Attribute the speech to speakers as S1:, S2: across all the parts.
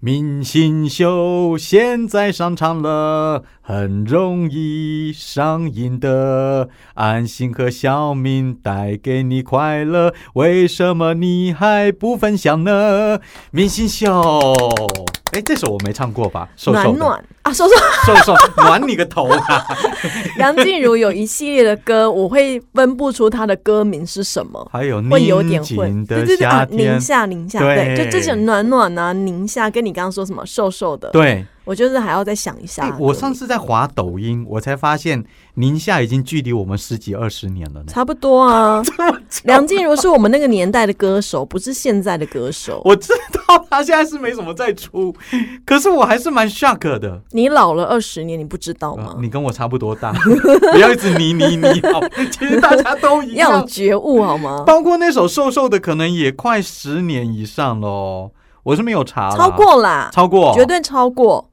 S1: 明星秀现在上场了，很容易上瘾的。安心和小明带给你快乐，为什么你还不分享呢？明星秀，哎，这首我没唱过吧？瘦瘦
S2: 暖
S1: 的，
S2: 暖啊，说 说
S1: 瘦瘦，暖你个头啊！
S2: 梁静茹有一系列的歌，我会分不出她的歌名是什么，
S1: 还有
S2: 会有
S1: 宁
S2: 点混。
S1: 静
S2: 对
S1: 的
S2: 对对啊
S1: 夏，天
S2: 宁，夏宁夏，
S1: 对
S2: 对，就这些暖暖啊，宁夏，跟你刚刚说什么瘦瘦的，
S1: 对。
S2: 我就是还要再想一下
S1: 哎
S2: 歌，名。
S1: 我上次在滑抖音，我才发现宁夏已经距离我们十几二十年了呢。
S2: 差不多 啊，梁静茹是我们那个年代的歌手，不是现在的歌手。
S1: 我知道他现在是没什么在出，可是我还是蛮 shock 的。
S2: 你老了二十年，你不知道
S1: 呃
S2: 吗？
S1: 你跟我差不多大，不要一直你你你好，其实大家都一
S2: 要有
S1: 样，
S2: 觉悟 好吗？
S1: 包括那首瘦瘦的，可能也快十年以上喽。我是没有查啦，
S2: 超过啦，
S1: 超过，
S2: 绝对超过，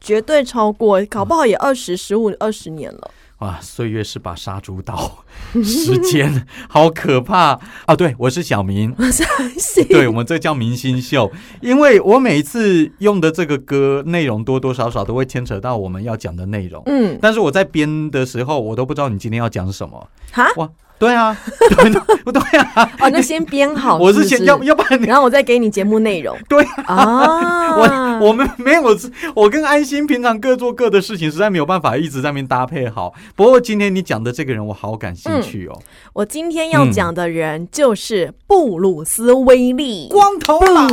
S2: 绝对超过，搞不好也二十、十五、二十年 了。
S1: 啊！岁月是把杀猪刀，时间好可怕啊！对，我是小 明，
S2: 行，
S1: 对我们这叫明星秀，因为我每一次用的这个歌内容多多少少都会牵扯到我们要讲的内容。
S2: 嗯，
S1: 但是我在编的时候，我都不知道你今天要讲什么。
S2: 哈，
S1: 哇，对啊，对不对啊？
S2: 哦，那先编好，
S1: 我是啊
S2: 不
S1: 先要，要不然你
S2: 然后我再给你节目内容。
S1: 对
S2: 啊，
S1: 我我们没有，我跟安心平常各做各的事情，实在没有办法一直在那边搭配好。不过今天你讲的这个人，我好感兴趣哦，
S2: 我今天要讲的人就是布鲁斯威利。
S1: 光头佬。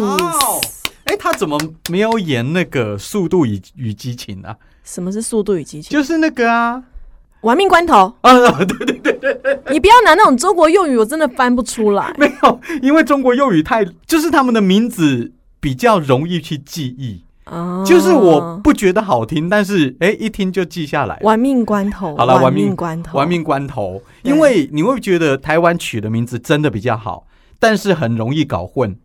S1: 哎，他怎么没有演那个《速度与与激情》啊？
S2: 什么是《速度与激情》？
S1: 就是那个啊，
S2: 玩命关头，
S1: 啊，对对对，
S2: 你不要拿那种中国用语，我真的翻不出来。
S1: 没有， 因为中国用语太，就是他们的名字比较容易去记忆，
S2: 啊，
S1: 就是我不觉得好听，但是哎，一听就记下来了。
S2: 玩命关头，
S1: 好了玩
S2: 玩
S1: 命
S2: 命关头，
S1: 玩命关头，
S2: 对
S1: 因为你会觉得台湾取的名字真的比较好，但是很容易搞混，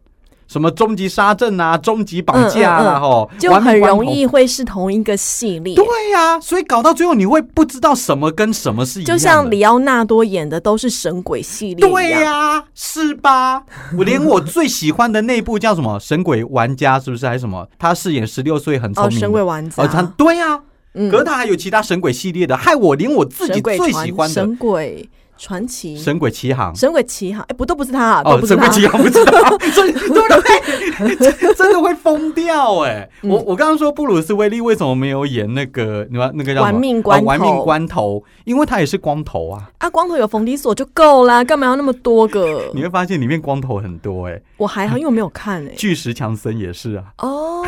S1: 什么终极杀阵啊、终极绑架啊，
S2: 嗯嗯嗯
S1: 吼、
S2: 就
S1: 玩
S2: 很
S1: 命关头
S2: 容。易会是同一个系列。
S1: 对呀、所以搞到最后你会不知道什么跟什么是一样
S2: 就
S1: 的，
S2: 像里奥纳多演的都是神鬼系列
S1: 对啊
S2: 一样。
S1: 呀、是吧？我连我最喜欢的那部叫什么《神鬼玩家》，是不是还是什么？他饰演十六岁很聪
S2: 哦，
S1: 明的，
S2: 神鬼玩家，
S1: 哦，他对呀、
S2: 嗯
S1: 可是他还有其他神鬼系列的，害我连我自己
S2: 神鬼
S1: 最喜
S2: 传
S1: 欢的《
S2: 神鬼传奇，
S1: 神鬼奇航》
S2: 神鬼奇航，哎，不，都不是他啊，都
S1: 哦，
S2: 不是
S1: 神鬼
S2: 他。
S1: 奇航不知道，真对不对？ 真的会疯掉哎、
S2: 嗯
S1: 我我刚刚说布鲁斯威利为什么没有演那个你那个叫什么
S2: 玩命关
S1: 哦玩命
S2: 头
S1: 关头，因为他也是光头啊。
S2: 啊，光头有冯迪索就够啦，干嘛要那么多个
S1: 你？会发现里面光头很多哎、
S2: 我还好，因为我没有看哎。
S1: 巨石强森也是啊。
S2: 哦，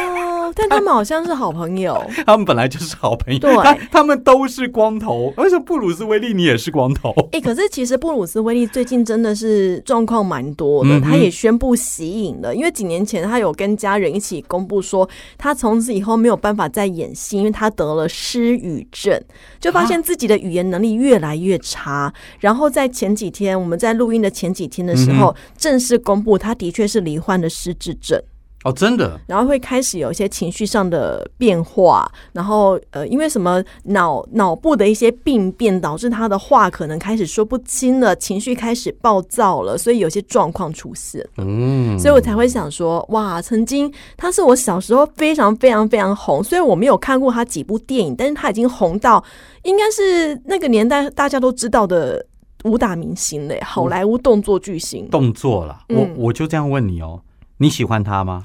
S2: 但他们好像是好朋友。
S1: 他们本来就是好朋友，
S2: 对
S1: 他他们都是光头，而且布鲁斯威利你也是光头，
S2: 哎、可是其实布鲁斯威利最近真的是状况蛮多的，
S1: 嗯哼
S2: 他也宣布息影了。因为几年前他有跟家人一起公布说，他从此以后没有办法再演戏，因为他得了失语症，就发现自己的语言能力越来越差。然后在前几天，我们在录音的前几天的
S1: 嗯
S2: 时候，正式公布他的确是罹患了失智症。
S1: 哦，真的，
S2: 然后会开始有一些情绪上的变化，然后呃，因为什么脑脑部的一些病变，导致他的话可能开始说不清了，情绪开始暴躁了，所以有些状况出现，
S1: 嗯，
S2: 所以我才会想说，哇，曾经他是我小时候非常非常非常红，虽然我没有看过他几部电影，但是他已经红到应该是那个年代大家都知道的武打明星嘞，好莱坞动作巨星。
S1: 动作啦，我
S2: 嗯
S1: 我就这样问你哦，你喜欢他吗？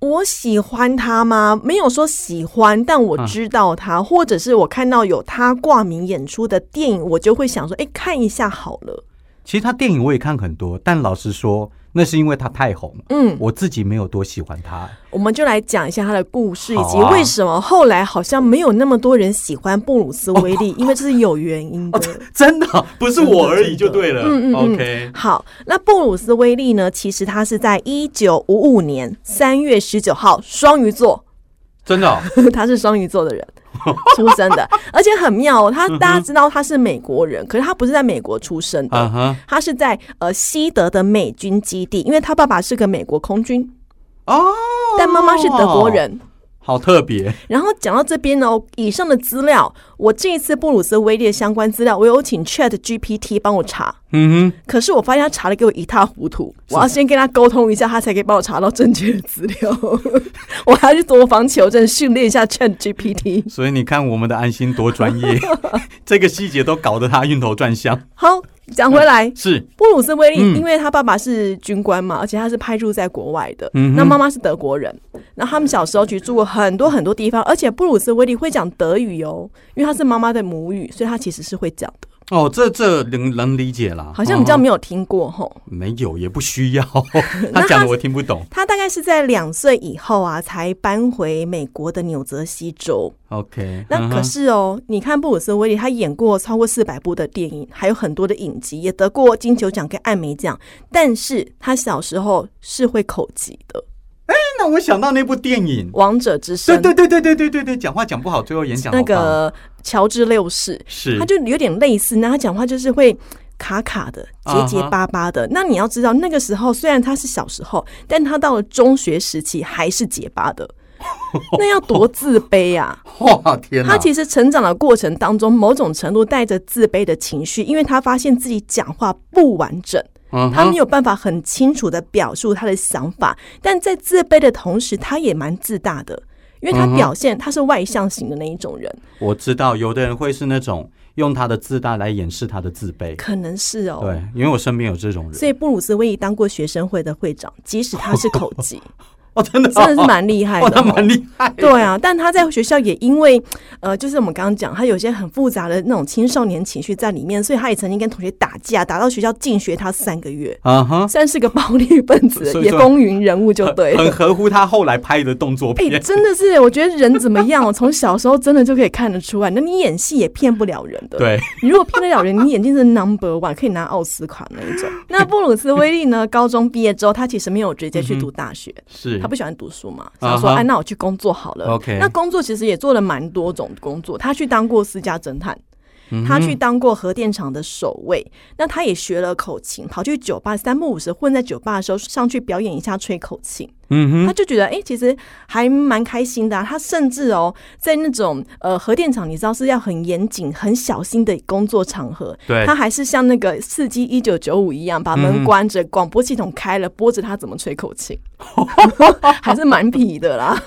S2: 我喜欢他吗？没有说喜欢，但
S1: 嗯
S2: 我知道他，或者是我看到有他挂名演出的电影，我就会想说，哎，看一下好了。
S1: 其实他电影我也看很多，但老实说，那是因为他太红了，
S2: 嗯，
S1: 我自己没有多喜欢他。
S2: 我们就来讲一下他的故事，
S1: 好
S2: 以及
S1: 啊
S2: 为什么后来好像没有那么多人喜欢布鲁斯威 利，因为这是有原因
S1: 哦
S2: 的。
S1: 真的不是我而已就对了。
S2: 嗯嗯嗯
S1: OK，
S2: 好，那布鲁斯威利呢？其实他是在一九五五年三月十九号，双鱼座，
S1: 真的哦、
S2: 他是双鱼座 的人出生的，而且很妙哦。他
S1: 嗯
S2: 大家知道他是美国人，可是他不是在美国出生
S1: 啊
S2: 的，
S1: 哈，
S2: 他是在呃西德的美军基地，因为他爸爸是个美国空军，
S1: 哦，
S2: 但妈妈是德国人。
S1: 好特别，
S2: 然后讲到这边呢，哦以上的资料，我这一次布鲁斯威利的相关资料，我有请 Chat GPT 帮我查，
S1: 嗯哼，
S2: 可是我发现他查的给我一塌糊涂，我要先跟他沟通一下，他才可以帮我查到正确的资料，我还要去多方求证，训练一下 Chat GPT。
S1: 所以你看我们的安心多专业， 这个细节都搞得他晕头转向。
S2: 好，讲回来。
S1: 是，
S2: 布鲁斯威利，
S1: 嗯
S2: 因为他爸爸是军官嘛，而且他是派驻在国外的，
S1: 嗯哼
S2: 那妈妈是德国人，那他们小时候去住过很多很多地方，而且布鲁斯威利会讲德语哦，因为他是妈妈的母语，所以他其实是会讲的，
S1: 哦，这这能能理解啦，
S2: 好像比较
S1: 哦
S2: 没有听过吼。
S1: 没有，也不需 要，他
S2: 那他
S1: 讲的我听不懂。
S2: 他大概是在两岁以后啊，才搬回美国的纽泽西州。
S1: OK，
S2: 那
S1: 嗯哼
S2: 可是哦，你看布鲁斯威利，他演过超过四百部的电影，还有很多的影集，也得过金球奖跟艾美奖。但是他小时候是会口疾的，
S1: 那我想到那部电影，
S2: 《王者之声
S1: 对》对对对对对对对，讲话讲不好，最后演讲
S2: 那
S1: 好棒
S2: 个乔治六世，
S1: 是
S2: 他就有点类似，那他讲话就是会。卡卡的，结结
S1: 啊哈
S2: 巴巴的。那你要知道，那个时候虽然他是小时候，但他到了中学时期还是结巴 的，那要多自卑啊！
S1: 哇天哪，
S2: 他其实成长的过程当中，某种程度带着自卑的情绪，因为他发现自己讲话不完整，
S1: 嗯哼
S2: 他没有办法很清楚的表述他的想法。但在自卑的同时，他也蛮自大的，因为他
S1: 嗯哼
S2: 表现他是外向型的那一种人，
S1: 我知道，有的人会是那种用他的自大来掩饰他的自卑。
S2: 可能是哦。
S1: 对，因为我身边有这种人
S2: 所以布鲁斯威利当过学生会的会长，即使他是口 技，
S1: 哦，真的哦
S2: 真的是蛮厉害的、
S1: 哦，他蛮厉害。
S2: 对啊，但他在学校也因为，呃，就是我们刚刚讲，他有些很复杂的那种青少年情绪在里面，所以他也曾经跟同学打架，打到学校禁学他三个月，
S1: 啊哈，
S2: 算是个暴力分子
S1: 所，以
S2: 也
S1: 说
S2: 风云人物 就对
S1: 很
S2: 了。
S1: 合乎他后来拍的动作
S2: 哎、
S1: 片。
S2: 真的是，我觉得人怎么样，我从小时候真的就可以看得出来。那你演戏也骗不了人的，
S1: 对，
S2: 你如果骗得了人，你眼睛是 number one，可以拿奥斯卡那 一种。那布鲁斯威利呢？高中毕业之后，他其实没有直接去读大学，
S1: 是
S2: 他不喜欢读书嘛，想
S1: 啊
S2: 说，
S1: 哈
S2: 哎、那我去工作好了。
S1: OK
S2: 那工作其实也做了蛮多种工作，他去当过私家侦探。
S1: 嗯
S2: 他去当过核电厂的守卫，那他也学了口琴，跑去酒吧三不五时混在酒吧的时候上去表演一下吹口琴，
S1: 嗯哼，
S2: 他就觉得哎、诶其实还蛮开心的、啊。他甚至哦，在那种呃核电厂，你知道是要很严谨、很小心的工作场合，
S1: 对
S2: 他还是像那个刺激一九九五一样，把门关着，广播系统开了，播着他怎么吹 口琴，还是蛮痞的啦。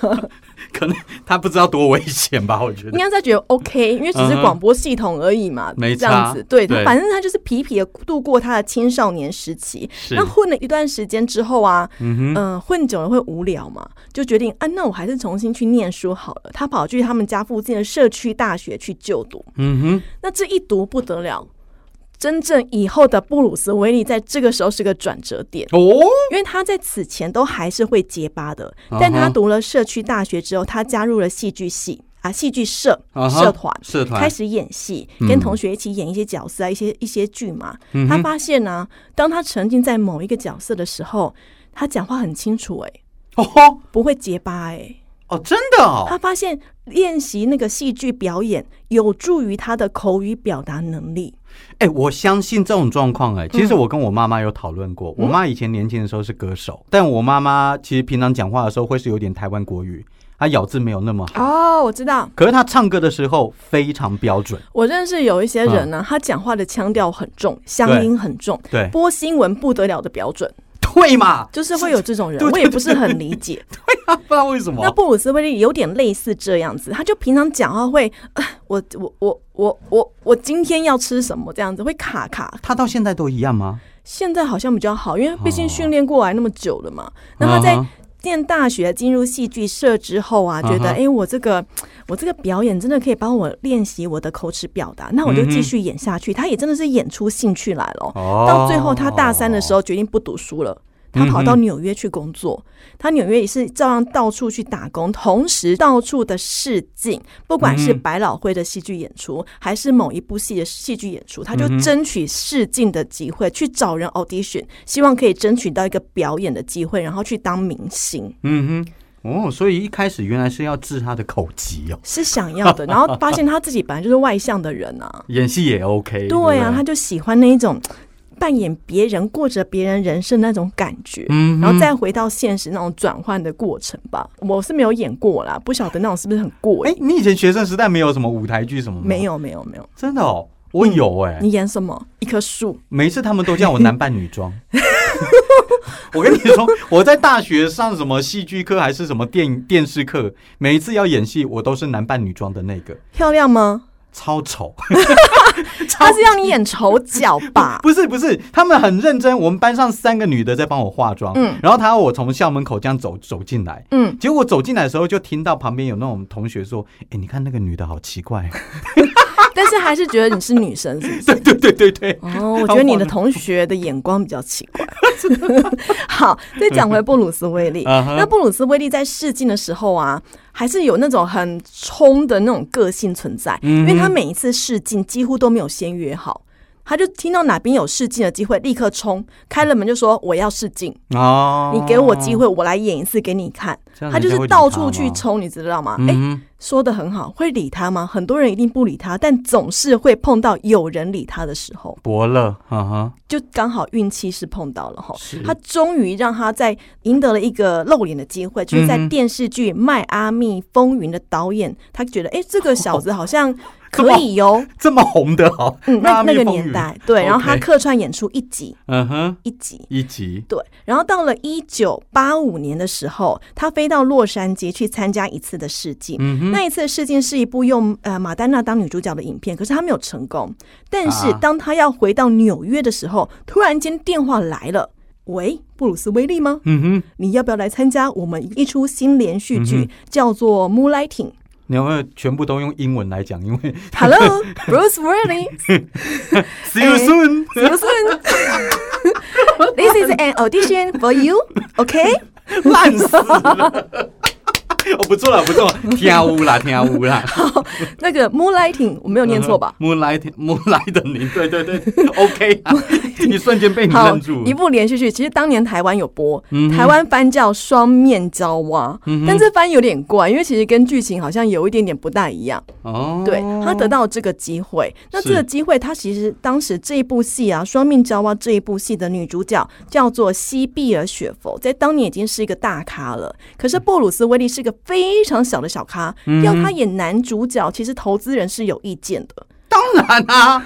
S1: 可能他不知道多危险吧？我觉
S2: 应
S1: 得。
S2: 该他觉得 OK，因为只是
S1: 嗯哼
S2: 广播系统而已嘛，
S1: 没
S2: 这样
S1: 差
S2: 子。对他，
S1: 对
S2: 反正他就是痞痞的度过他的青少年时期。
S1: 是
S2: 那混了一段时间之后啊，嗯、混久了会无聊嘛，就决定啊，那我还是重新去念书好了。他跑去他们家附近的社区大学去就读。
S1: 嗯哼，
S2: 那这一读不得了，真正以后的布鲁斯威利在这个时候是个转折点。
S1: 哦，
S2: 因为他在此前都还是会结巴的，
S1: 啊哈
S2: 但他读了社区大学之后，他加入了戏剧系啊，戏剧社、
S1: 啊哈
S2: 社团，
S1: 社团
S2: 开始演戏，
S1: 嗯
S2: 跟同学一起演一些角色啊，一些一些剧嘛。他发现呢、当他沉浸在某一个角色的时候，他讲话很清楚、欸，
S1: 哦
S2: 不会结巴、欸，
S1: 哦，真的哦，
S2: 他发现练习那个戏剧表演有助于他的口语表达能力。
S1: 哎，我相信这种状况，
S2: 嗯
S1: 哎，其实我跟我妈妈有讨论过，我妈以前年轻的时候是歌手，但我妈妈其实平常讲话的时候会是有点台湾国语，她咬字没有那么好，
S2: 哦，我知道，
S1: 可是她唱歌的时候非常标准，
S2: 我认识有一些人呢、他讲话的腔调很重，乡
S1: 啊对
S2: 音很重，
S1: 对
S2: 播新闻不得了的标 准，
S1: 对 嘛，
S2: 就是会有这种人
S1: 对，对
S2: 我也不是很理解。
S1: 不知道为什
S2: 那
S1: 么。
S2: 布鲁斯威利有点类似这样子，他就平常讲话会， 呃我我我我我我今天要吃什么这样子，会卡卡。
S1: 他到现在都一样吗？
S2: 现在好像比较好，因为毕竟训练过来那么久了嘛。那他
S1: 嗯
S2: 在
S1: 哼
S2: 念大学进入戏剧社之后啊，
S1: 嗯哼
S2: 觉得哎、诶我这个我这个表演真的可以帮我练习我的口齿表达，那
S1: 嗯
S2: 我就继续演下去。他也真的是演出兴趣来了哦。
S1: 哦
S2: 到最后，他大三的时候决定不读书了。他跑到纽约去工作，他纽约也是照样到处去打工，同时到处的试镜，不管是百老汇的戏剧演出，还是某一部戏的戏剧演出，他就争取试镜的机会，去找人 audition，希望可以争取到一个表演的机会，然后去当明星。
S1: 嗯哼，哦，所以一开始原来是要治他的口疾哦，
S2: 是想要的，然后发现他自己本来就是外向的人啊，
S1: 演戏也 OK 对不对。
S2: 对啊，他就喜欢那一种。扮演别人、过着别人人生那种感觉，
S1: 嗯哼
S2: 然后再回到现实那种转换的过程吧。我是没有演过啦，不晓得那种是不是很过
S1: 哎、
S2: 瘾。
S1: 你以前学生时代没有什么舞台剧什么吗？
S2: 没，有，没有，没有。
S1: 真的哦，我有哎、
S2: 你演什么？一棵树。
S1: 每次他们都叫我男扮女 装。我跟你说，我在大学上什么戏剧课还是什么电电视课，每一次要演戏，我都是男扮女装的那个，
S2: 漂亮吗？
S1: 超丑。 超
S2: 他是让你演丑角 吧？
S1: 不是不是，他们很认真。我们班上三个女的在帮我化妆，
S2: 嗯
S1: 然后她要我从校门口这样走走进来，
S2: 嗯，
S1: 结果走进来的时候就听到旁边有那种同学说：“哎、你看那个女的好奇 怪。
S2: 但是还是觉得你是女生，是不”
S1: 对
S2: 是？
S1: 对对对对，
S2: 哦，我觉得你的同学的眼光比较奇怪。 好，再讲回布鲁斯威利。
S1: 啊哈
S2: 那布鲁斯威利在试镜的时候啊，还是有那种很冲的那种个性存在，
S1: 嗯
S2: 因为他每一次试镜几乎都没有先约好，他就听到哪边有试镜的机会，立刻冲，开了门就说我要试镜，
S1: 哦，
S2: 你给我机会，我来演一次给你看。
S1: 这样人家
S2: 他
S1: 会理他
S2: 就
S1: 吗，
S2: 是到处去冲，你知道吗？哎、
S1: 嗯
S2: 说的很好，会理他吗？很多人一定不理他，但总是会碰到有人理他的时候，
S1: 伯乐，哈哈，
S2: 就刚好运气是碰到了哈
S1: 是。
S2: 他终于让他在赢得了一个露脸的机会，就是在
S1: 嗯哼
S2: 电视剧《迈阿密风云》的导演，他觉得哎、诶这个小子好像
S1: 这么
S2: 可以哟、
S1: 这么红的哦，
S2: 嗯，
S1: 迈
S2: 那
S1: 阿密
S2: 那个
S1: 风
S2: 年
S1: 云
S2: 代对，然后他
S1: OK
S2: 客串演出一集
S1: 嗯哼，
S2: 一集。
S1: 一集
S2: 对，然后到了一九八五年的时候，他飞到洛杉矶去参加一次的试镜。
S1: 嗯
S2: 那一次的试镜是一部用呃马丹娜当女主角的影片，可是他没有成功。但是
S1: 啊
S2: 当他要回到纽约的时候，突然间电话来了。喂，布鲁斯威利吗？嗯哼，你要不要来参加我们一出新连续剧，
S1: 嗯
S2: 叫做《Moonlighting》
S1: 你有没有全部都用英文来讲？因 为
S2: ？Hello，Bruce Willis，
S1: see you
S2: 哎
S1: soon，
S2: 什么 ？This is an audition for you. OK.
S1: 烂死了。 哦，不错了，不错了，天乌啦，天乌啦，
S2: 那个 Moonlighting 我没有念错
S1: 嗯
S2: 吧？
S1: ？Moonlight Moonlight 的你，对对对，OK 啊，你瞬间被你
S2: 好
S1: 愣住，嗯
S2: 一
S1: 了。
S2: 部连续剧，其实当年台湾有播，台湾翻叫《双面胶蛙》，
S1: 嗯
S2: 但这翻有点怪，因为其实跟剧情好像有一点点不大一样。
S1: 哦，
S2: 对他得到这个机会，那
S1: 是
S2: 这个机会，他其实当时这一部戏啊，《双面胶蛙》这一部戏的女主角叫做西碧尔雪佛，在当年已经是一个大咖了。可是布鲁斯威利是个非常小的小咖，
S1: 嗯
S2: 要他演男主角，其实投资人是有意见的。
S1: 当然啊，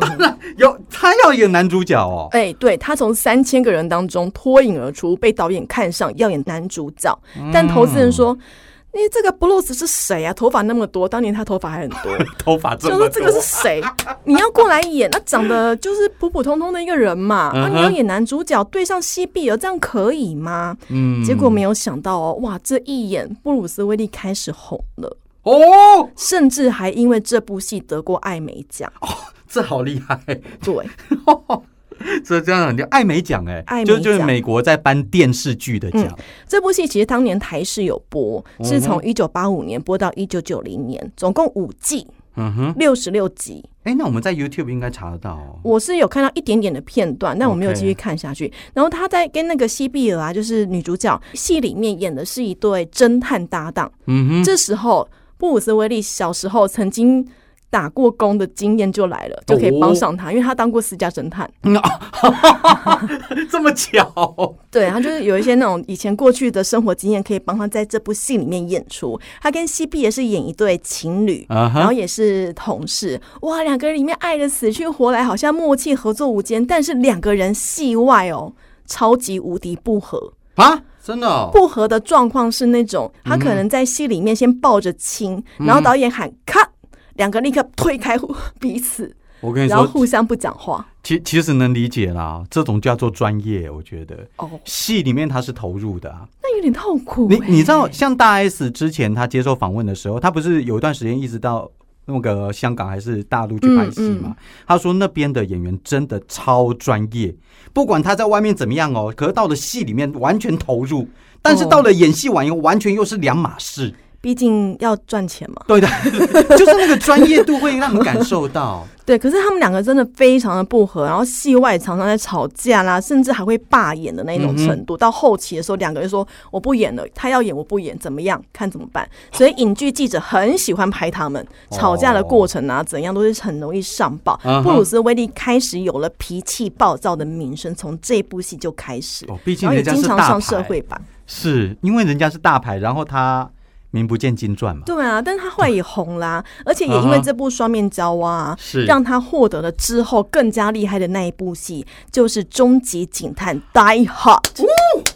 S1: 当然有，他要演男主角哦，
S2: 哎、对他从三千个人当中脱颖而出，被导演看上，要演男主角。
S1: 嗯
S2: 但投资人说：“你这个布鲁斯是谁啊？头发那么多，当年他头发还很多，
S1: 头发这
S2: 就
S1: 么多，
S2: 说这个是谁？你要过来演，那长得就是普普通通的一个人嘛。
S1: 嗯
S2: 啊，
S1: 哼
S2: 你要演男主角，对上西比尔，这样可以吗？”
S1: 嗯
S2: 结果没有想到哦，哇，这一演，布鲁斯威利开始红了，
S1: 哦，
S2: 甚至还因为这部戏得过艾美奖。
S1: 这好厉害，
S2: 对，
S1: 这这样很厉害艾美奖哎，
S2: 艾美
S1: 就就是
S2: 奖嗯
S1: 美国在颁电视剧的奖，
S2: 这部戏其实当年台视有播，
S1: 嗯
S2: 是从一九八五年播到一九九零年，总共五季，
S1: 嗯哼，
S2: 六十六集。
S1: 哎，那我们在 YouTube 应该查得到哦，
S2: 我是有看到一点点的片段，但我没有继续看下去。然后他在跟那个西比尔啊，就是女主角戏里面演的是一对侦探搭档。
S1: 嗯哼，
S2: 这时候，布鲁斯威利小时候曾经。打过工的经验就来了，就
S1: 哦
S2: 可以帮上他，因为他当过私家侦探。
S1: 嗯啊，这么巧，
S2: 对，他就是有一些那种以前过去的生活经验，可以帮他在这部戏里面演出。他跟西比也是演一对情侣，
S1: 啊
S2: 然
S1: 哈，
S2: 后也是同事，哇，两个人里面爱的死去活来，好像默契合作无间，但是两个人戏外哦，超级无敌不合。
S1: 啊，真的哦，
S2: 不合的状况是那种，他
S1: 嗯
S2: 可能在戏里面先抱着亲，然后导演喊咔，两个立刻推开互彼此，
S1: 我跟你
S2: 然后
S1: 说，
S2: 互相不讲话。
S1: 其其实能理解啦，这种叫做专业，我觉得。
S2: 哦，
S1: 戏里面他是投入的、啊，
S2: 那有点痛 苦、
S1: 你
S2: 欸
S1: 你知道，像大 S 之前他接受访问的时候，他不是有一段时间一直到那个香港还是大陆去拍戏
S2: 嗯
S1: 嘛？他说那边的演员真的超专业，不管他在外面怎么样哦，可是到了戏里面完全投入，但是
S2: 哦
S1: 到了演戏完以后，完全又是两码事。
S2: 毕竟要赚钱嘛。
S1: 对的， 就是那个专业度会让你感受 到。
S2: 对，可是他们两个真的非常的不合，然后戏外常常在吵架啦，甚至还会罢演的那
S1: 嗯
S2: 种程度。到后期的时候，两个人说我不演了，他要演我不演，怎么样？看怎么办？ 所以影剧记者很喜欢拍他们吵架的过程啊，怎样都是很容易上报。
S1: 嗯哼
S2: 布鲁斯威利开始有了脾气暴躁的名声，从这部戏就开始，
S1: 哦，毕竟
S2: 然后
S1: 人
S2: 也
S1: 家
S2: 经
S1: 是
S2: 常
S1: 大牌，
S2: 上社会吧。
S1: 是因为人家是大牌，然后他名不见经传嘛。
S2: 对啊，但是他后来也红啦，而且也因为这部《双面胶蛙》啊，
S1: 嗯是
S2: 让他获得了之后更加厉害的那一部戏，就是《终极警探 Die Hard》。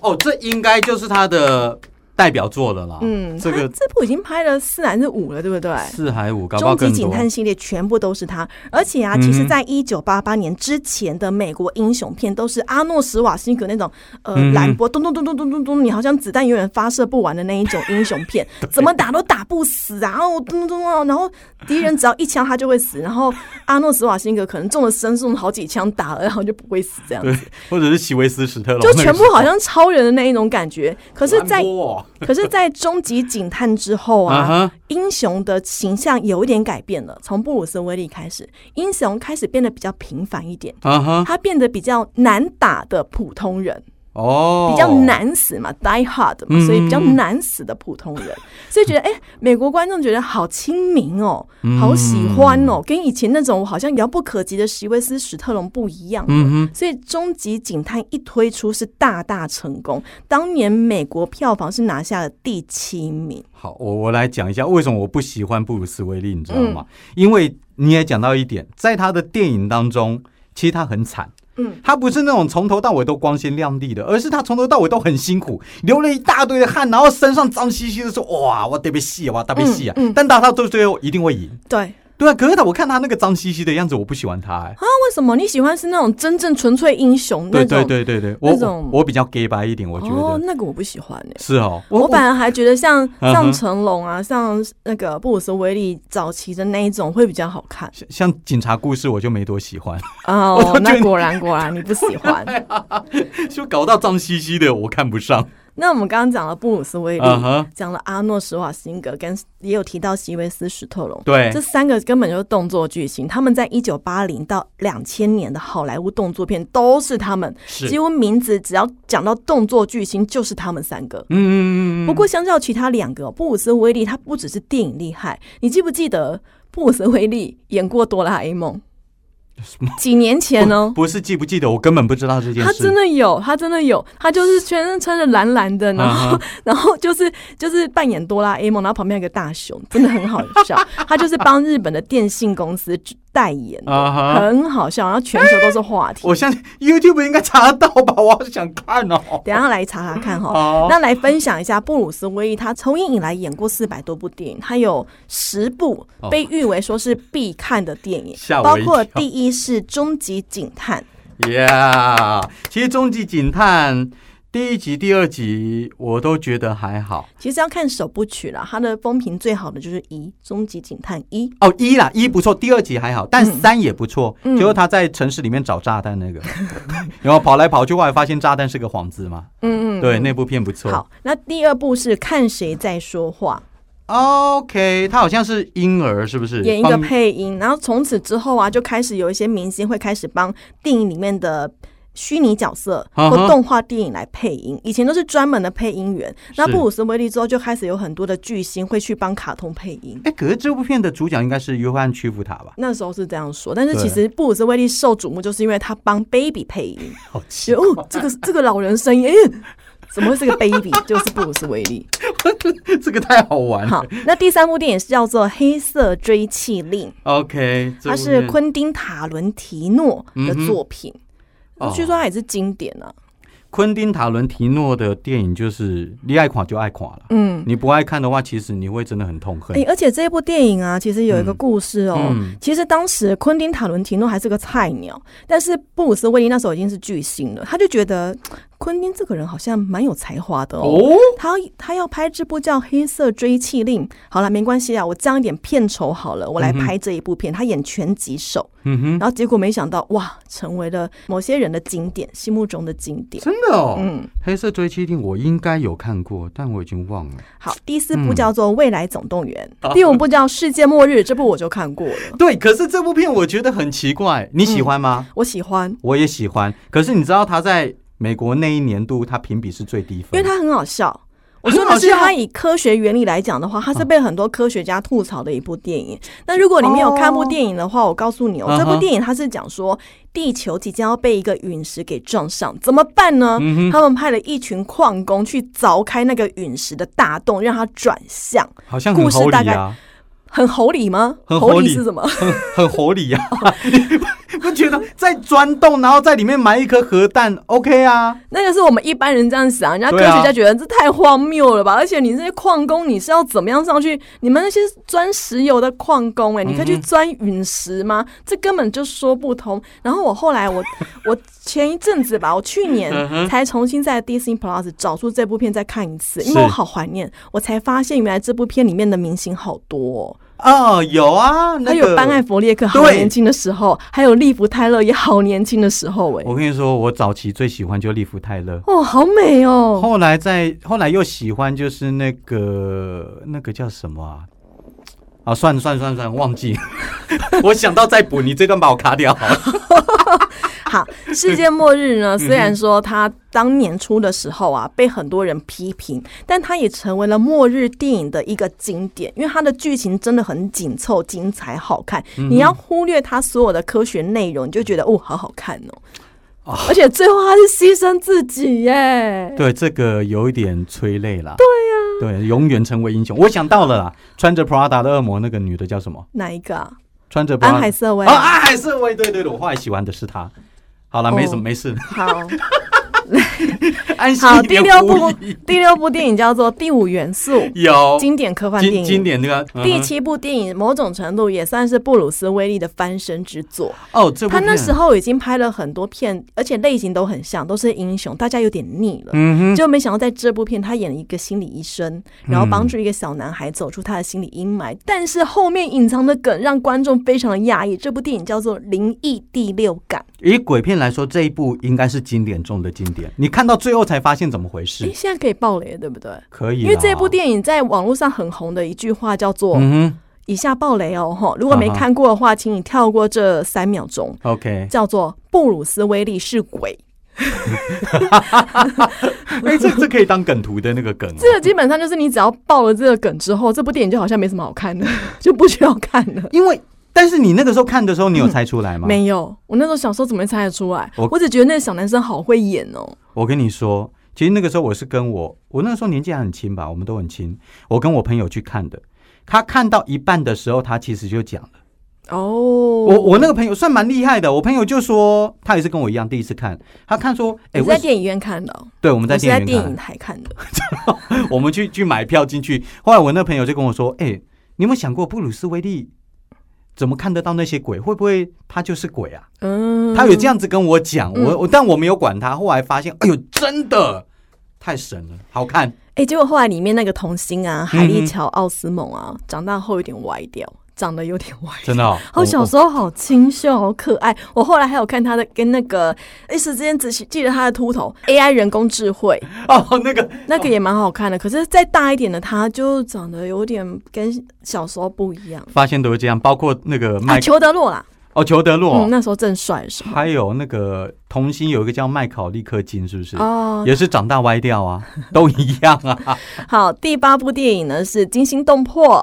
S1: 哦，这应该就是他的代表作了啦。
S2: 嗯，
S1: 这
S2: 他
S1: 个
S2: 这部已经拍了四还是五了，对不对？
S1: 四海五，搞不好
S2: 终极
S1: 更
S2: 警
S1: 多。嗯
S2: 探系列全部都是他，而且啊，其实，在一九八八年之前的美国英雄片都是阿诺·史瓦辛格那种呃
S1: 嗯哼
S2: 兰博咚咚咚咚咚咚咚，你好像子弹永远发射不完的那一种英雄 片，怎么打都打不死啊，然后咚咚咚啊，然后敌人只要一枪他就会死，然后阿诺·史瓦辛格可能中了身中好几枪打了，然后就不会死这样
S1: 对， 或者是席维斯·史特龙，
S2: 就全部好像超人的那一种感觉，可是，在
S1: 哦
S2: 可是，在终极警探之 后
S1: 啊
S2: 啊，
S1: 哈，
S2: 英雄的形象有一点改变了。从布鲁斯威利开始，英雄开始变得比较平凡一点，
S1: 啊哈，
S2: 他变得比较难打的普通人，
S1: 哦，
S2: 比较难死嘛，die hard 嘛，
S1: 嗯
S2: 所以比较难死的普通人，所以觉得哎、诶美国观众觉得好亲民哦，
S1: 嗯
S2: 好喜欢哦，跟以前那种好像遥不可及的席维斯·史特龙不一样。
S1: 嗯哼，
S2: 所以《终极警探》一推出是大大成功，当年美国票房是拿下了第七名。
S1: 好，我我来讲一下为什么我不喜欢布鲁斯·威利，你知道
S2: 嗯
S1: 吗？因为你也讲到一点，在他的电影当中，其实他很惨。
S2: 嗯，
S1: 他不是那种从头到尾都光鲜亮丽的，而是他从头到尾都很辛苦，流了一大堆的汗，然后身上脏兮兮的，说：“哇，我得被戏啊，我得被戏啊！”
S2: 嗯嗯
S1: 但打到最最后一定会赢。
S2: 对啊，
S1: 对啊，可是他我看他那个脏兮兮的样子，我不喜欢他、哎
S2: 为什么你喜欢是那种真正纯粹英雄那
S1: 对
S2: 种？
S1: 对对对对，我
S2: 那种
S1: 我我比较 gay 白一点，我觉得、
S2: 哦，那个我不喜欢哎、
S1: 是哦。
S2: 我反而还觉得 像
S1: 哼
S2: 像成龙啊，像那个布鲁斯威利早期的那一种会比较好看
S1: 像像警察故事我就没多喜欢， 我
S2: 哦
S1: 都。觉得
S2: 那果然果然你不喜 欢。
S1: 就搞到脏兮兮的我看不上。
S2: 那我们刚刚讲了布鲁斯威利，
S1: 嗯哼，
S2: 讲了阿诺·施瓦辛格，跟也有提到席维斯·史特龙，
S1: 对
S2: 这三个根本就是动作巨星。他们在一九八零到两千年的好莱坞动作片都是他们，
S1: 是，
S2: 几乎名字只要讲到动作巨星就是他们三个。
S1: 嗯嗯嗯嗯，
S2: 不过相较其他两个，布鲁斯·威利他不只是电影厉害，你记不记得布鲁斯·威利演过哆啦 A 梦？几年前呢？
S1: 不是记不记得，我根本不知道这件事。
S2: 哦他真的有，他真的有，他就是全身穿着蓝蓝的，然后、
S1: 啊哈
S2: 然后就是就是扮演哆啦 A 梦，然后旁边有个大熊，真的很好笑。他就是帮日本的电信公司代言的，
S1: 啊哈
S2: 很好笑，然后全球都是话题。
S1: 我相信 YouTube 应该查得到吧？我好想看哦。
S2: 等一下来查查看哈。
S1: 哦，
S2: 那来分享一下布鲁斯威利，他从影以来演过四百多部电影，他有十部
S1: 哦
S2: 被誉为说是必看的电影，
S1: 吓
S2: 包
S1: 我一
S2: 括
S1: 跳
S2: 第一是《终极警探》，
S1: Yeah，其实《终极警探》第一集、第二集我都觉得还好。
S2: 其实要看首部曲啦，它的风评最好的就是一《终极警探一》。
S1: 哦，一啦，一不错，第二集还好，但三也不错。
S2: 嗯
S1: 结果他在城市里面找炸弹那个， 然后跑来跑去，后来发现炸弹是个幌子嘛。
S2: 嗯嗯，
S1: 对，那部片不错。
S2: 好，那第二部是看谁在说话，
S1: OK，他好像是婴儿，是不是？
S2: 演一个
S1: 帮
S2: 配音，然后从此之后啊，就开始有一些明星会开始帮电影里面的。虚拟角色
S1: 啊哈
S2: 或动画电影来配音，以前都是专门的配音员。那布鲁斯威利之后就开始有很多的巨星会去帮卡通配音，
S1: 哎，可是这部片的主角应该是约翰·屈服塔吧？
S2: 那时候是这样说。但是
S1: 对
S2: 其实布鲁斯威利受瞩目，就是因为他帮 Baby 配音，
S1: 好奇
S2: 觉得哦，这个这个老人声音，哎怎么会是个 Baby？就是布鲁斯威利。
S1: 这个太好玩了。
S2: 好，那第三部电影是叫做《黑色追气令》。
S1: OK，这
S2: 它
S1: 部
S2: 是
S1: 片
S2: 昆汀·塔伦提诺的作品，
S1: 嗯哼
S2: 据说它也是经典啊。
S1: 昆汀·塔伦提诺的电影，就是你爱垮就爱垮了。
S2: 嗯，哎
S1: 你不爱看的话，其实你会真的很痛恨
S2: 诶，。而且这部电影啊，其实有一个故事哦。
S1: 嗯
S2: 其实当时昆汀·塔伦提诺还是个菜鸟，但是布鲁斯·威利那时候已经是巨星了，他就觉得。昆汀这个人好像蛮有才华的哦。
S1: 哦，
S2: 他他要拍这部叫《黑色追气令》，好了，没关系啊，我降一点片酬好了，我来拍这一部片。他演拳击手，
S1: 嗯哼，
S2: 然后结果没想到哇，成为了某些人的经典，心目中的经典。
S1: 真的哦，
S2: 嗯，
S1: 黑色追击令》我应该有看过，但我已经忘了。
S2: 好，第四
S1: 嗯
S2: 部叫做《未来总动员》，第五部叫《世界末日》，这部我就看过了，
S1: 对，可是这部片我觉得很奇怪，你喜欢吗？
S2: 我喜欢，
S1: 我也喜欢，可是你知道他在美国那一年度他评比是最低分，
S2: 因为它很好笑。我说的是，它以科学原理来讲的话，它是被很多科学家吐槽的一部电影。那如果你没有看部电影的话，我告诉你哦
S1: 嗯，哼
S2: 这部电影它是讲说地球即将要被一个陨石给撞上，怎么办呢？
S1: 嗯
S2: 他们派了一群矿工去凿开那个陨石的大洞，让它转向。
S1: 好像很
S2: 故事
S1: 合
S2: 大
S1: 理
S2: 概
S1: 啊，
S2: 很合理吗？
S1: 很合理
S2: 合理是什么？
S1: 很很合理啊， 你不觉得在钻洞，然后在里面埋一颗核弹，OK 啊？
S2: 那个是我们一般人这样想，人家科
S1: 对啊
S2: 学家觉得这太荒谬了吧？而且你这些矿工，你是要怎么样上去？你们那些钻石油的矿工、
S1: 嗯
S2: 哎，你可以去钻陨石吗？这根本就说不通。然后我后来我 我前一阵子吧，我去年
S1: 嗯
S2: 才重新在 Disney Plus 找出这部片再看一次，因
S1: 是
S2: 为我好怀念。我才发现原来这部片里面的明星好多、哦，
S1: 哦，有啊，那
S2: 还
S1: 个
S2: 有班艾弗列克好
S1: 对
S2: 年轻的时候，还有利弗泰勒也好年轻的时候、哎，
S1: 我跟你说，我早期最喜欢就利弗泰勒，
S2: 哦，好美哦。
S1: 后来在后来又喜欢就是那个那个叫什么啊？啊，算了算了算了算了，忘记。 我想到再补，你这段把我卡掉好 了。
S2: 好，世界末
S1: 嗯
S2: 日呢？虽然说它当年出的时候啊，被很多人批评，但它也成为了末日电影的一个经典，因为它的剧情真的很紧凑、精彩、好看。
S1: 嗯
S2: 你要忽略它所有的科学内容，你就觉得哦，好好看哦。而且最后他是牺牲自己耶，
S1: 啊对，这个有一点催泪啦。对呀、对，永远成为英雄。我想到了啦，穿着 Prada 的恶魔那个女的叫什么？
S2: 哪一个、啊？
S1: 穿着 Prada
S2: 安海瑟薇
S1: 啊，安海瑟薇，对对对，我后来喜欢的是她。好了，没什么，
S2: 哦
S1: 没事，
S2: 好，
S1: 安心
S2: 好，
S1: 一
S2: 第
S1: 点
S2: 六
S1: 呼
S2: 部
S1: 吁
S2: 第六部电影叫做《第五元 素》，
S1: 有
S2: 经典科幻电
S1: 经
S2: 影，
S1: 经典那个
S2: 第
S1: 嗯哼
S2: 七部电影某种程度也算是布鲁斯威利的翻身之作。
S1: 哦，这部
S2: 他那
S1: 片
S2: 时候已经拍了很多片，而且类型都很像，都是英雄，大家有点腻了。
S1: 嗯哼嗯
S2: 就没想到在这部片，他演了一个心理医生，然后帮助一个小男孩走出他的心理阴霾。但是后面隐藏的梗让观众非常的讶异。这部电影叫做《灵异第六感
S1: 以鬼片来说，这一部应该是经典中的经典。你看到最后才发现怎么回》。
S2: 诶，
S1: 事，
S2: 现在可以爆雷了对不对？
S1: 可以啦。
S2: 因为这部电影在网络上很红的一句话叫做
S1: 嗯
S2: “以下爆雷哦，吼，如果没
S1: 啊哈
S2: 看过的话，请你跳过这三秒钟。”
S1: 哼，OK，
S2: 叫做布鲁斯威利是鬼。
S1: 哎、这这可以当梗图的那个梗、啊
S2: 这个基本上就是你只要爆了这个梗之后，这部电影就好像没什么好看的， 就不需要看了。
S1: 因为但是你那个时候看的时候，你有猜出来吗？。
S2: 没有，我那时候小时候怎么会猜得出来？
S1: 我
S2: 我只觉得那个小男生好会演哦。
S1: 我跟你说，其实那个时候我是跟我我那时候年纪还很轻吧，我们都很轻。我跟我朋友去看的，他看到一半的时候，他其实就讲了。
S2: 哦，
S1: 我
S2: 我
S1: 我那个朋友算蛮厉害的，我朋友就说他也是跟我一样第一次看，他看说，哎、为
S2: 你是在
S1: 什
S2: 电影院看的哦、
S1: 对，我们在
S2: 我是在
S1: 电影
S2: 电
S1: 院看
S2: 影。台看的。
S1: 我们去去买票进去。后来我那朋友就跟我说：“哎、你有没有想过布鲁斯威利怎么看得到那些鬼？会不会他就是鬼啊？”
S2: 嗯，
S1: 他有这样子跟我讲，
S2: 嗯
S1: 我我但我没有管他。后来发现，哎呦，真的太神了，好看。
S2: 哎、结果后来里面那个童星啊，海
S1: 嗯
S2: 莉
S1: 哼
S2: 乔·奥斯蒙啊，长大后有点歪掉，长得有点歪掉
S1: 真的、哦，
S2: 好小
S1: 我
S2: 时候好清秀，好可爱。我后来还有看他的跟那个一时之间只记得他的秃头 AI 人工智慧，
S1: 哦，那个
S2: 那个也蛮好看的。可是再大一点的他，就长得有点跟小时候不一样
S1: 发现都是这样，包括那个
S2: 啊。
S1: 麦、
S2: 裘德洛啦，
S1: 哦，裘德洛，
S2: 嗯，那时候正帅是吗？
S1: 还有那个童星有一个叫麦考利克金，是不是？
S2: 哦，
S1: 也是长大歪掉啊，都一样啊，
S2: 好，第八部电影呢是《惊心动魄》，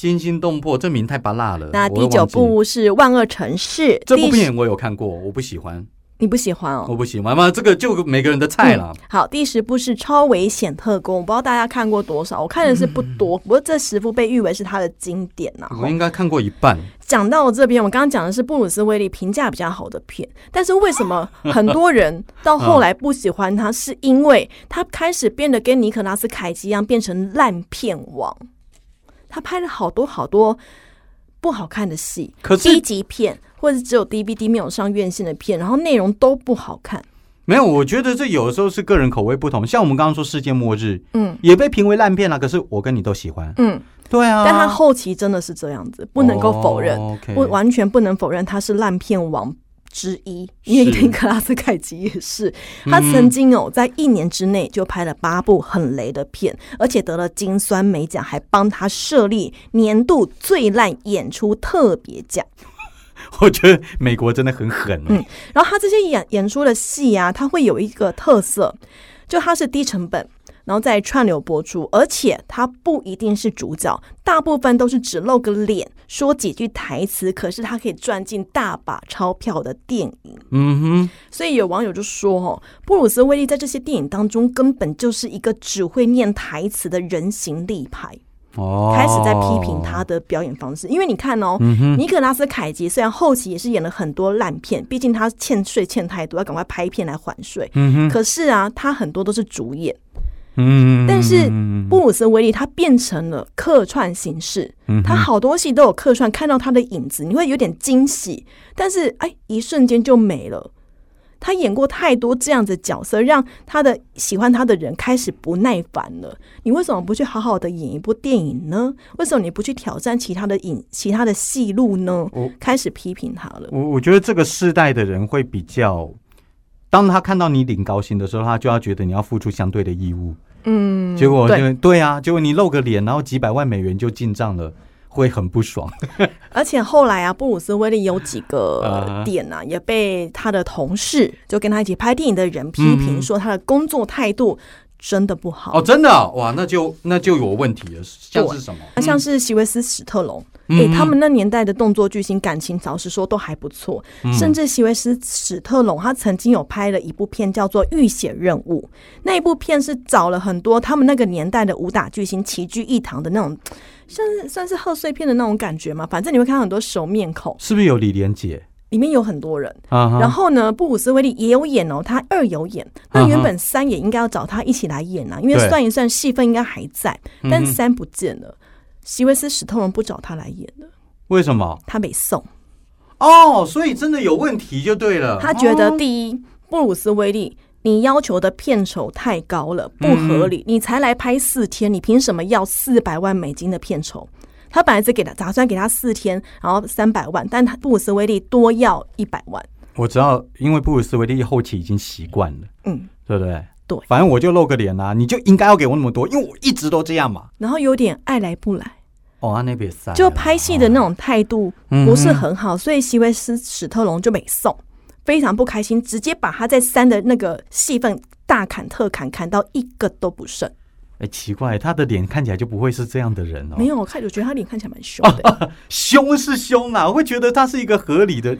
S1: 惊心动魄，这名太拔辣了。
S2: 那
S1: 我
S2: 第
S1: 都
S2: 九
S1: 忘记
S2: 部是《万恶城市》，
S1: 这部
S2: 第十
S1: 片我有看过，我不喜欢，
S2: 你不喜欢哦？
S1: 我不喜欢嘛，这个就每个人的菜了。
S2: 嗯好，第十部是《超危险特工》，我不知道大家看过多少，我看的是不 多，不过这十部被誉为是他的经典呐、
S1: 我
S2: 啊。
S1: 应该看过一半，
S2: 讲到这边，我刚刚讲的是布鲁斯威利评价比较好的片，但是为什 么很多人到后来不喜欢他，是因为他开始变得跟尼可拉斯凯奇一样，变成烂片王。他拍了好多好多不好看的戏，
S1: 可是
S2: 低级片或者只有 DVD 没有上院线的片，然后内容都不好看。
S1: 没有，我觉得这有的时候是个人口味不同。像我们刚刚说世界末日
S2: 嗯
S1: 也被评为烂片了，可是我跟你都喜欢。
S2: 嗯，
S1: 对啊，
S2: 但他后期真的是这样子，不能够否认，
S1: 哦，OK
S2: 不完全不能否认他是烂片王。之一，
S1: 是
S2: 因为尼克拉斯凯奇也是，他曾经哦，在一年之内就拍了八部很雷的片，而且得了金酸梅奖，还帮他设立年度最烂演出特别奖。
S1: 我觉得美国真的很狠、欸
S2: 嗯然后他这些演演出的戏啊，它会有一个特色，就它是低成本，然后再串流播出，而且它不一定是主角，大部分都是只露个脸，说几句台词，可是它可以赚进大把钞票的电影。
S1: 嗯哼，
S2: 所以有网友就说：“哦，布鲁斯威利在这些电影当中根本就是一个只会念台词的人形立牌。”
S1: 哦，
S2: 开始在批评他的表演方式，因为你看哦，
S1: 嗯
S2: 尼可拉斯凯奇虽然后期也是演了很多烂片，毕竟他欠税欠太多，要赶快拍片来还税。
S1: 嗯哼，
S2: 可是啊，他很多都是主演，
S1: 嗯，
S2: 但是布鲁斯威利他变成了客串形式，
S1: 嗯
S2: 他好多戏都有客串，看到他的影子，你会有点惊喜，但是哎，一瞬间就没了。他演过太多这样子的角色，让他的喜欢他的人开始不耐烦了。你为什么不去好好的演一部电影呢？为什么你不去挑战其他的影、其他的戏路呢
S1: 我？
S2: 开始批评他了。
S1: 我我觉得这个世代的人会比较，当他看到你领高薪的时候，他就要觉得你要付出相对的义务。
S2: 嗯，
S1: 结果就
S2: 对，
S1: 对啊，结果你露个脸，然后几百万美元就进账了，会很不爽。
S2: 而且后来啊，布鲁斯威利有几
S1: 啊
S2: 个点啊，也被他的同事，就跟他一起拍电影的人批评说他的工作态度真的不好。
S1: 哦，真的哦、哇，那就那就有问题了，像是什么？
S2: 那像是席维斯·史特龙，
S1: 嗯
S2: 诶、他们那年代的动作巨星感情，老实说都还不错。
S1: 嗯
S2: 甚至席维斯·史特龙，他曾经有拍了一部片叫做《浴血任务》，那一部片是找了很多他们那个年代的武打巨星齐聚一堂的那种，像是算是贺岁片的那种感觉嘛。反正你会看到很多熟面孔，
S1: 是不是有李连杰
S2: 里面有很多人。
S1: 啊哈？
S2: 然后呢，布鲁斯威利也有演哦，他二有演。
S1: 嗯
S2: 那
S1: 哼
S2: 原本三也应该要找他一起来演啊，因为
S1: 对
S2: 算一算戏份应该还在，但
S1: 嗯嗯哼
S2: 三不见了。席维斯史特龙不找他来演了，
S1: 为什么？
S2: 他没送。
S1: 哦，所以真的有问题就对了。
S2: 他觉得
S1: 哦
S2: 第一，布鲁斯威利，你要求的片酬太高了，不合理。
S1: 嗯
S2: 你才来拍四天，你凭什么要四百万美金的片酬？他本来是给他打算给他四天，然后三百万，但他布鲁斯威利多要一百万。
S1: 我知道，因为布鲁斯威利后期已经习惯了，
S2: 嗯，
S1: 对不对？
S2: 对
S1: 反正我就露个脸啦、啊你就应该要给我那么多，因为我一直都这样嘛。
S2: 然后有点爱来不来。
S1: 哦，啊那边塞啊
S2: 就拍戏的那种态度
S1: 嗯
S2: 不是很好，所以席维斯史特龙就没送，非常不开心，直接把他在三的那个戏份大砍特砍，砍到一个都不剩。
S1: 哎、奇怪，他的脸看起来就不会是这样的人哦。
S2: 没有，我看我觉得他脸看起来蛮凶的。
S1: 凶是凶啊啦，我会觉得他是一个合理的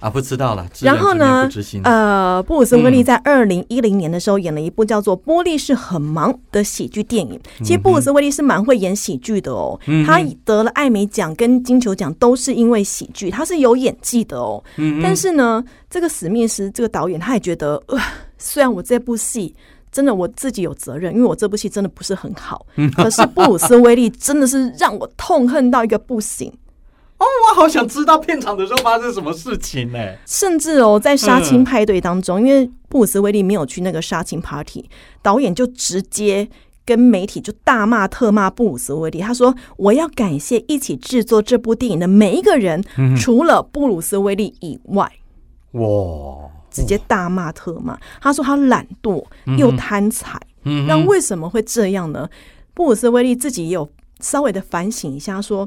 S1: 啊，不知道啦。知人
S2: 然后
S1: 知面
S2: 呢
S1: 不嗯知心，
S2: 呃，布鲁斯威利在二零一零年的时候演了一部叫做《波利是很忙》的喜剧电影。
S1: 嗯
S2: 其实布鲁斯威利是蛮会演喜剧的哦，他得了艾美奖跟金球奖都是因为喜剧，他是有演技的哦。
S1: 嗯
S2: 但是呢，这个史密斯这个导演他也觉得，呃、虽然我这部戏。真的我自己有责任，因为我这部戏真的不是很好。
S1: 嗯
S2: 可是布鲁斯威利真的是让我痛恨到一个不行，
S1: 我好想知道片场的时候发生什么事情呢、
S2: 甚至哦，在杀青派对当中，因为布鲁斯威利没有去那个杀青 party，导演就直接跟媒体就大骂特骂布鲁斯威利。他说：“我要感谢一起制作这部电影的每一个人，除了布鲁斯威利以外。”
S1: 哇，
S2: 直接大骂特骂，他说他懒惰又贪财，那为什么会这样呢？布鲁斯威利自己也有稍微的反省一下说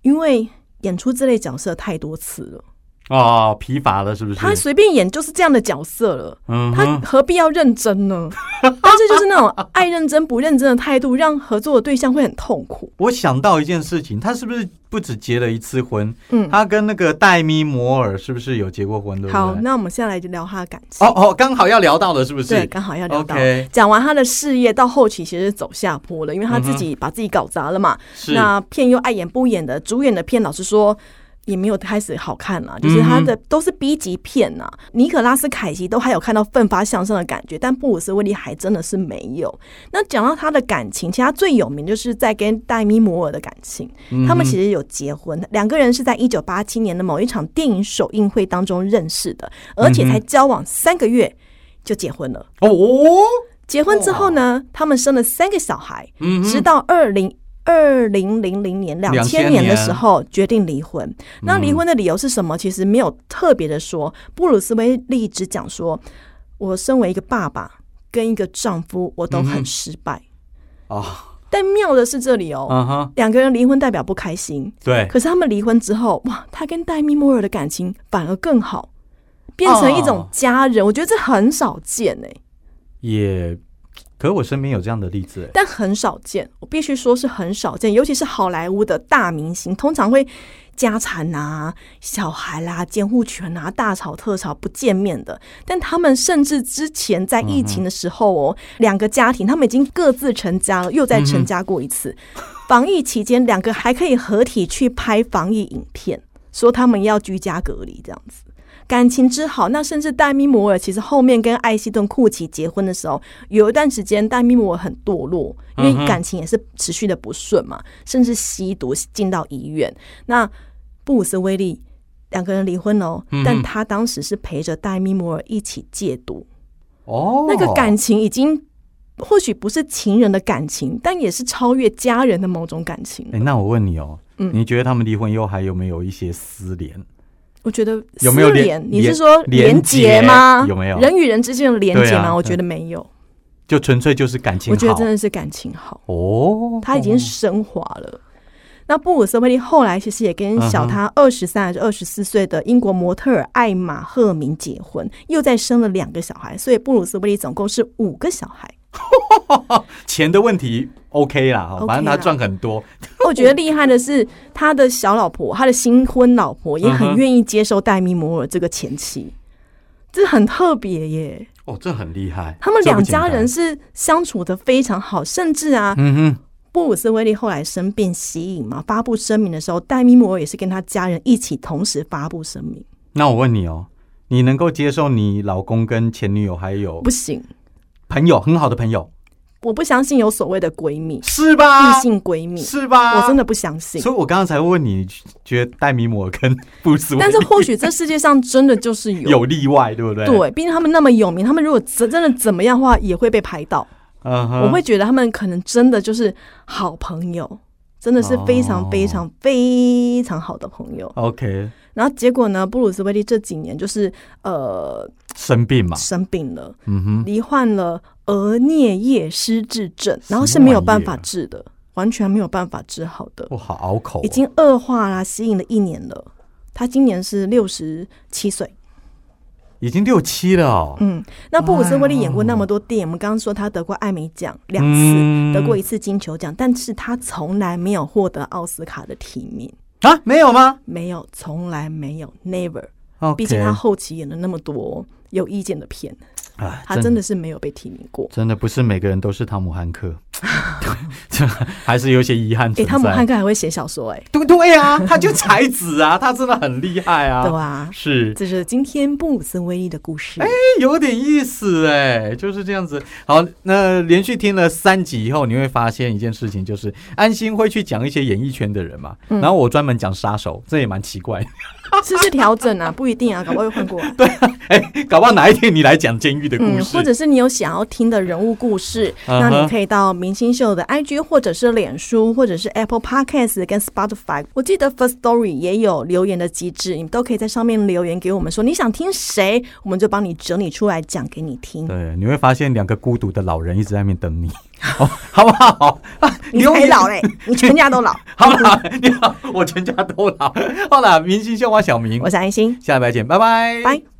S2: 因为演出这类角色太多次了，
S1: 哦，疲乏了是不是？
S2: 他随便演就是这样的角色了，
S1: 嗯
S2: 他
S1: 哼，
S2: 何必要认 真呢？但是就是那种爱认真不认真的态度，让合作的对象会很痛苦。
S1: 我想到一件事情，他是不是不止结了一次婚？
S2: 嗯
S1: 他跟那个戴咪摩尔是不是有结过婚？对不对？
S2: 好，那我们现在来聊他的感情。
S1: 哦哦，刚好要聊到了，是不
S2: 对，
S1: 是？
S2: 刚好要聊到
S1: OK
S2: 讲完他的事业，到后期其实走下坡了，因为他自己把自己搞砸了嘛。
S1: 嗯是
S2: 那片又爱演不演的，主演的片老实说也没有开始好看
S1: 嗯
S2: 啦，就是他的都是 B 级片呐、啊尼可拉斯凯奇都还有看到奋发向上的感觉，但布鲁斯威利还真的是没有。那讲到他的感情，其实他最有名就是在跟戴米摩尔的感情，
S1: 嗯
S2: 他们其实有结婚，两个人是在一九八七年的某一场电影首映会当中认识的，而且才交往三个月。就结婚了。
S1: 哦哦，
S2: 结婚之后呢，他们生了三个小孩，
S1: 嗯哼
S2: 直到二零二零零零年两
S1: 2000
S2: 千年的时候决定离婚。那离婚的理由是什么？其实没有特别的说。布鲁斯威利只讲说，我身为一个爸爸跟一个丈夫，我都很失败。
S1: 啊，
S2: 但妙的是这里哦，
S1: 嗯哼，
S2: 两个人离婚代表不开心，
S1: 对，
S2: 可是他们离婚之后，哇，他跟戴米莫尔的感情反而更好，变成一种
S1: 哦
S2: 家人。我觉得这很少见哎、
S1: 也，可我身边有这样的例子，哎
S2: 但很少见，我必须说是很少见，尤其是好莱坞的大明星，通常会家产啊、小孩啦、监护权啊、大吵特吵不见面的。但他们甚至之前在疫情的时候哦，两个家庭他们已经各自成家了，又再成家过一次。防疫期间，两个还可以合体去拍防疫影片，说他们要居家隔离这样子。感情之好，那甚至戴米摩尔其实后面跟艾希顿库奇结婚的时候，有一段时间戴米摩尔很堕落，因
S1: 嗯哼
S2: 为感情也是持续的不顺嘛，甚至吸毒进到医院。那布鲁斯威利两个人离婚了哦，
S1: 嗯哼
S2: 但他当时是陪着戴米摩尔一起戒毒，
S1: 哦，
S2: 那个感情已经。或许不是情人的感情，但也是超越家人的某种感情。
S1: 哎，那我问你哦，
S2: 嗯
S1: 你觉得他们离婚以后还有没有一些私联？
S2: 我觉得
S1: 有没有
S2: 私
S1: 连
S2: 联你
S1: 连
S2: 是说
S1: 连
S2: 连结
S1: 结
S2: 吗？
S1: 有没有
S2: 人与人之间的连
S1: 对
S2: 结
S1: 啊
S2: 吗？我
S1: 对
S2: 觉得没有，
S1: 就纯粹就是感情
S2: 我觉得
S1: 好
S2: 真的是感情好，
S1: 哦，
S2: 他已经升华了。那布鲁斯威利后来其实也跟小
S1: 嗯哼
S2: 他二十三还是二十四岁的英国模特儿艾玛赫明结婚，又再生了两个小孩，所以布鲁斯威利总共是五个小 孩。
S1: 钱的问题 OK 啦，哦
S2: OK
S1: 反正他
S2: 啦
S1: 赚很多，
S2: 我觉得厉害的是他的小老婆，他的新婚老婆也
S1: 嗯
S2: 很
S1: 哼
S2: 愿意接受戴米摩尔这个前妻，这很特别耶。
S1: 哦，这很厉害。
S2: 他们
S1: 这不
S2: 两
S1: 简
S2: 家
S1: 单
S2: 人，是相处的非常好，甚至啊，
S1: 嗯哼，
S2: 布鲁斯威利后来生病息影嘛，发布声明的时候，戴米摩尔也是跟他家人一起同时发布声明，
S1: 那我问你哦，你能够接受你老公跟前女友还有
S2: 不行，
S1: 朋友很好的朋友
S2: 我不相信有所谓的闺蜜，
S1: 是
S2: 异
S1: 吧？
S2: 性闺蜜，
S1: 是吧？
S2: 我真
S1: 的，
S2: 的不相信。
S1: 所以我刚刚才问你，觉得戴米摩跟布鲁斯威利
S2: 但是或许这世界上真的就是有。
S1: 有例外，对不对？，
S2: 对，毕竟他们那么有名，他们如果真真的怎么样的话，也会被拍到。
S1: 嗯哼，
S2: 我会觉得他们可能真的就是好朋友，真的是非常非常非常好的朋友。
S1: OK
S2: 然后结果呢，布鲁斯威利这几年就是呃
S1: 生病嘛，
S2: 生病了，
S1: 嗯哼，
S2: 罹患了额颞叶失智症，然后是没有办法治的，完全没有办法治好的，
S1: 我好拗啊口哦、
S2: 已经恶化啦，吸引了一年了。他今年是六十七岁，
S1: 已经六七了、哦，
S2: 嗯，那布鲁斯威利演过那么多电影，我们刚刚说他得过艾美奖两次，
S1: 嗯
S2: 得过一次金球奖，但是他从来没有获得奥斯卡的提名，
S1: 啊，没有吗？
S2: 没有，从来没有，never。
S1: o
S2: 毕竟他后期演了那么多有意见的片，他真的是没有被提名过。
S1: 啊真的不是每个人都是汤姆汉 克，这还是有些遗憾
S2: 给
S1: 存在。
S2: 汤姆汉克还会写小说、
S1: 对对啊，他就才子啊， 他真的很厉害
S2: 哎，
S1: 啊，
S2: 对吧？
S1: 是，
S2: 这是今天布鲁斯威利的故事。
S1: 哎有点意思哎，就是这样子。好，那连续听了三集以后，你会发现一件事情，就是安心会去讲一些演艺圈的人嘛，
S2: 嗯
S1: 然后我专门讲杀手，这也蛮奇怪的。
S2: 是不是调整啊？不一定啊，搞不好会 换过来。
S1: 哎，搞不好哪一天你来讲监狱的故
S2: 嗯，
S1: 事，
S2: 或者是你有想要听的人物故事，
S1: 嗯哼
S2: 那你可以到明星秀的 IG 或者是脸书，或者是 Apple Podcast 跟 Spotify。我记得 First Story 也有留言的机制，你们都可以在上面留言给我们说你想听谁，我们就帮你整理出来讲给你听。
S1: 对，你会发现两个孤独的老人一直在那边等你， 哦，好不好？啊
S2: 你
S1: 留
S2: 才
S1: 言
S2: 老嘞，你全家 都老。
S1: 好啦，你好，我全家都老。好啦，明星笑话小明
S2: 我，是安心，
S1: 下礼拜见，拜拜，
S2: 拜。